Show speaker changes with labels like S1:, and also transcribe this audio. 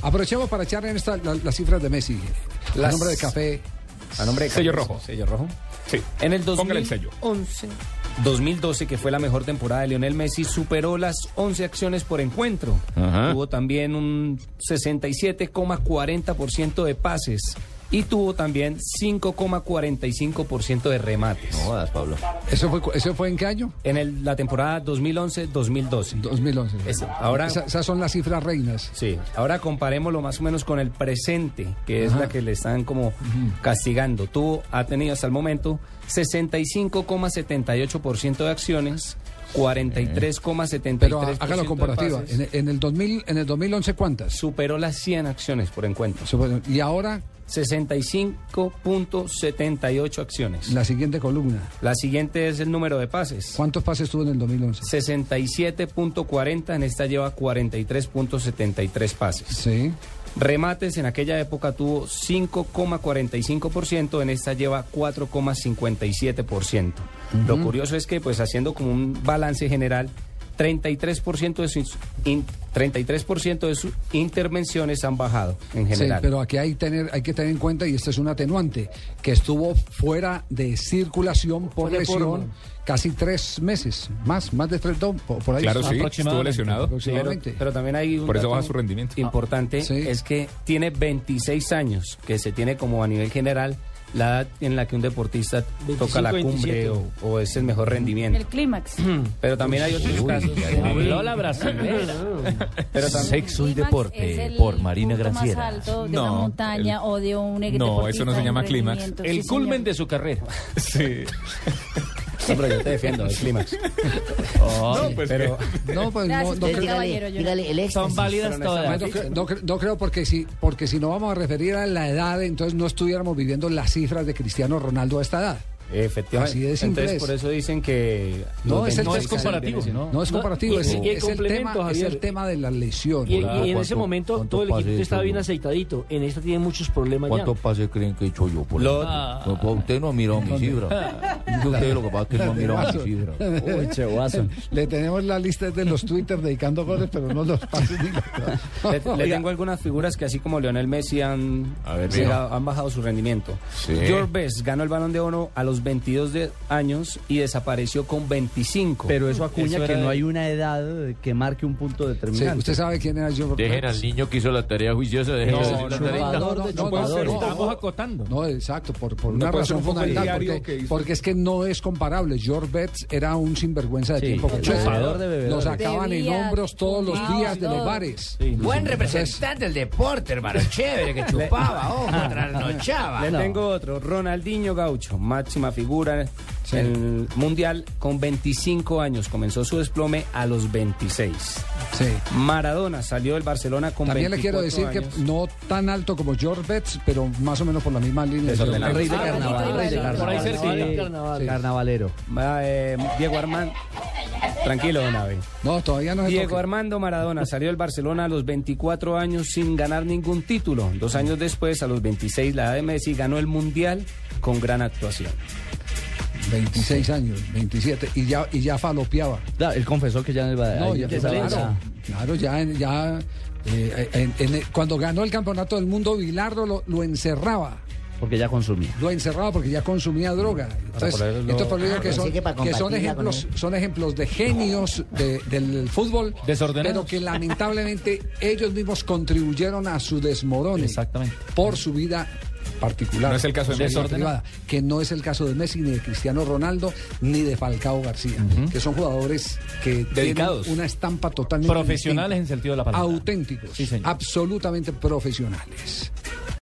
S1: Aprovechemos para echar en esta la- las cifras de Messi. El
S2: Las-
S1: nombre de café.
S2: A nombre de
S3: Sello
S2: Carlos.
S3: rojo.
S2: Sello rojo.
S3: Sí.
S2: En el
S3: Póngale el sello.
S2: 2011, 2012, que fue la mejor temporada de Lionel Messi, superó las 11 acciones por encuentro.
S3: Ajá.
S2: Tuvo también un 67,40% de pases y tuvo también 5,45% de remates.
S3: Jodas, Pablo.
S1: ¿Eso fue, cu- ¿Eso fue en qué año?
S2: En el- la temporada 2011-2012.
S1: 2011.
S2: Ese. Ahora-
S1: Esa- esas son las cifras reinas.
S2: Sí, ahora comparémoslo más o menos con el presente, que es la que le están como castigando. Tuvo, ha tenido hasta el momento 65,78% de acciones, 43,73%.
S1: Pero há- hágalo comparativa.
S2: comparativa.
S1: En, en el 2000, en el 2011, ¿cuántas?
S2: Superó las 100 acciones por encuentro.
S1: Supongo- Y ahora
S2: 65.78 acciones. La,
S1: la siguiente columna.
S2: siguiente es el número de pases.
S1: ¿Cuántos pases tuvo en el 2011?
S2: 67.40, en esta lleva 43.73 pases.
S1: Sí.
S2: Remates en aquella época tuvo 5,45%, en esta lleva 4,57%. Lo curioso es que, pues haciendo como un balance general, 33% de sus, in- 33% de sus intervenciones han bajado en
S1: Sí,
S2: general.
S1: pero aquí hay, tener, hay que tener en cuenta, y este es un atenuante, que estuvo fuera de circulación por
S2: Fuera de
S1: lesión
S2: forma.
S1: casi tres meses, más, más de tres, dos, por, por ahí.
S3: Claro, sí. Estuvo
S1: Aproximadamente.
S3: lesionado.
S2: Pero,
S1: Aproximadamente.
S2: pero también hay un
S3: Por eso
S2: dato
S3: baja su rendimiento.
S2: Importante
S1: Sí.
S2: es que tiene 26 años, que se tiene como a nivel general la edad en la que un deportista toca la cumbre o, o es el mejor rendimiento.
S4: El clímax.
S2: Pero también hay otros casos.
S5: Habló la brasilera.
S2: Pero también,
S5: Sexo y
S4: Clímax es
S5: deporte
S4: el
S5: por Marina
S4: punto
S5: Graciela.
S4: Más alto de
S3: No,
S4: una montaña
S3: el-
S4: o de un
S3: No, eso no se llama clímax.
S5: El culmen de su carrera.
S3: Sí.
S2: No, pero yo te defiendo, el clímax.
S5: Oh,
S3: No, pues
S2: Pero
S1: No, pues no,
S4: Gracias,
S1: no
S4: usted,
S1: creo,
S4: caballero. yo-
S5: el Son válidas
S2: Pero
S1: no
S2: no está
S5: todas.
S2: mal.
S1: creo- no creo- no creo porque si, porque si no vamos a referir a la edad, entonces no estuviéramos viviendo las cifras de Cristiano Ronaldo a esta edad.
S2: efectivamente.
S1: Así de simple
S2: Entonces,
S1: es.
S2: por eso dicen que.
S1: No,
S2: los
S1: es el
S2: 26
S5: No es
S1: Entonces,
S5: comparativo,
S2: viene siendo-
S5: ¿no?
S1: No es comparativo,
S5: y-
S1: es,
S5: y- y el
S1: es el
S5: complemento,
S1: tema, es
S5: Javier.
S1: el tema de la lesión.
S5: Y, y en
S1: Claro.
S2: Ah,
S3: ¿cuánto-
S5: ese momento
S3: cuánto
S5: todo el
S3: pase
S5: equipo
S3: hizo?
S5: estaba bien aceitadito. En esta tiene muchos problemas
S6: ¿Cuántos
S5: ya.
S6: pases creen que he hecho yo? Por
S2: Lo-
S6: ejemplo? No, pues, usted no ha mirado mi cifra. Es que Usted lo que pasa es que no ha mirado mi cifra.
S5: Uy, che, Watson.
S1: Le tenemos la lista de los Twitter dedicando goles, pero no los pases. ni los-
S2: Le, le tengo algunas figuras que así como Lionel Messi han,
S6: A ver,
S2: llegado- han bajado su rendimiento.
S6: Sí.
S2: George Best ganó el Balón de Oro a los 22 de- años y desapareció con 25.
S7: Pero eso acuña
S5: Eso era
S7: que no
S5: de-
S7: hay una edad eh, que marque un punto
S1: Sí,
S7: determinante.
S1: usted sabe quién era yo.
S6: Dejen al niño que hizo la tarea juiciosa. Dejen
S3: No,
S6: hacer la
S3: no,
S6: tarea.
S1: no, no,
S7: de
S1: no,
S7: chupadores.
S1: no, no,
S3: estamos acotando.
S1: No, exacto, por, por
S3: No
S1: una
S3: puede ser
S1: razón
S3: un poco
S1: fundamental,
S3: diario que
S1: porque,
S3: hizo-
S1: porque es que no es comparable. George Betts era un sinvergüenza de
S7: Sí,
S1: tiempo
S7: el
S1: completo.
S7: chupador de bebedores.
S1: Lo sacaban en
S4: Bebía,
S1: hombros todos los
S4: fumaba,
S1: días de los
S4: todo.
S1: bares.
S5: Buen representante del deporte, hermano. Chévere, que chupaba, ojo, trasnochaba.
S2: Le tengo otro, Ronaldinho Gaucho, máxima figura en el Mundial, con 25 años, comenzó su desplome a los 26.
S1: Sí.
S2: Maradona salió del Barcelona con
S1: También le
S2: 24
S1: quiero decir que
S2: años.
S1: no tan alto como George Betts, pero más o menos por la misma línea.
S2: Desordenado.
S7: Rey de
S4: Ah,
S7: carnaval,
S4: igualito,
S7: rey de
S4: igualito.
S7: carnaval.
S5: Por ahí cerquita.
S7: Sí,
S5: Carnaval.
S7: Carnavalero.
S2: Va, eh, Diego Armando. Tranquilo, don Abe.
S1: No, todavía no es
S2: Diego Armando Maradona salió del Barcelona a los 24 años sin ganar ningún título. Dos años después, a los 26, la edad de Messi ganó el Mundial con gran actuación.
S1: 26 años, 27, y ya, y ya falopeaba.
S7: Da, él confesó que ya no iba a...
S1: No,
S7: ahí
S1: ya,
S7: empieza la
S1: claro,
S7: cosa.
S1: claro, ya, en- ya eh, en- en el- cuando ganó el campeonato del mundo, Bilardo lo, lo encerraba.
S7: Porque ya consumía.
S1: Lo encerraba porque ya consumía droga. Entonces,
S2: por eso lo-
S1: entonces por eso digo
S5: Ah,
S1: que
S5: pensé
S1: son,
S5: que para
S1: que son
S5: compartirla con
S1: ejemplos, son ejemplos de genios de- del fútbol,
S3: Desordenados.
S1: pero que lamentablemente ellos mismos contribuyeron a su desmorón
S5: Exactamente.
S1: por su vida particular.
S3: No es el caso de
S1: su vida
S3: Messi.
S1: privada, que no es el caso de Messi, ni de Cristiano Ronaldo, ni de Falcao García, que son jugadores que
S3: Dedicados.
S1: tienen una estampa totalmente
S5: Profesionales en sentido de la palabra.
S1: auténticos,
S5: Sí, señor.
S1: absolutamente profesionales.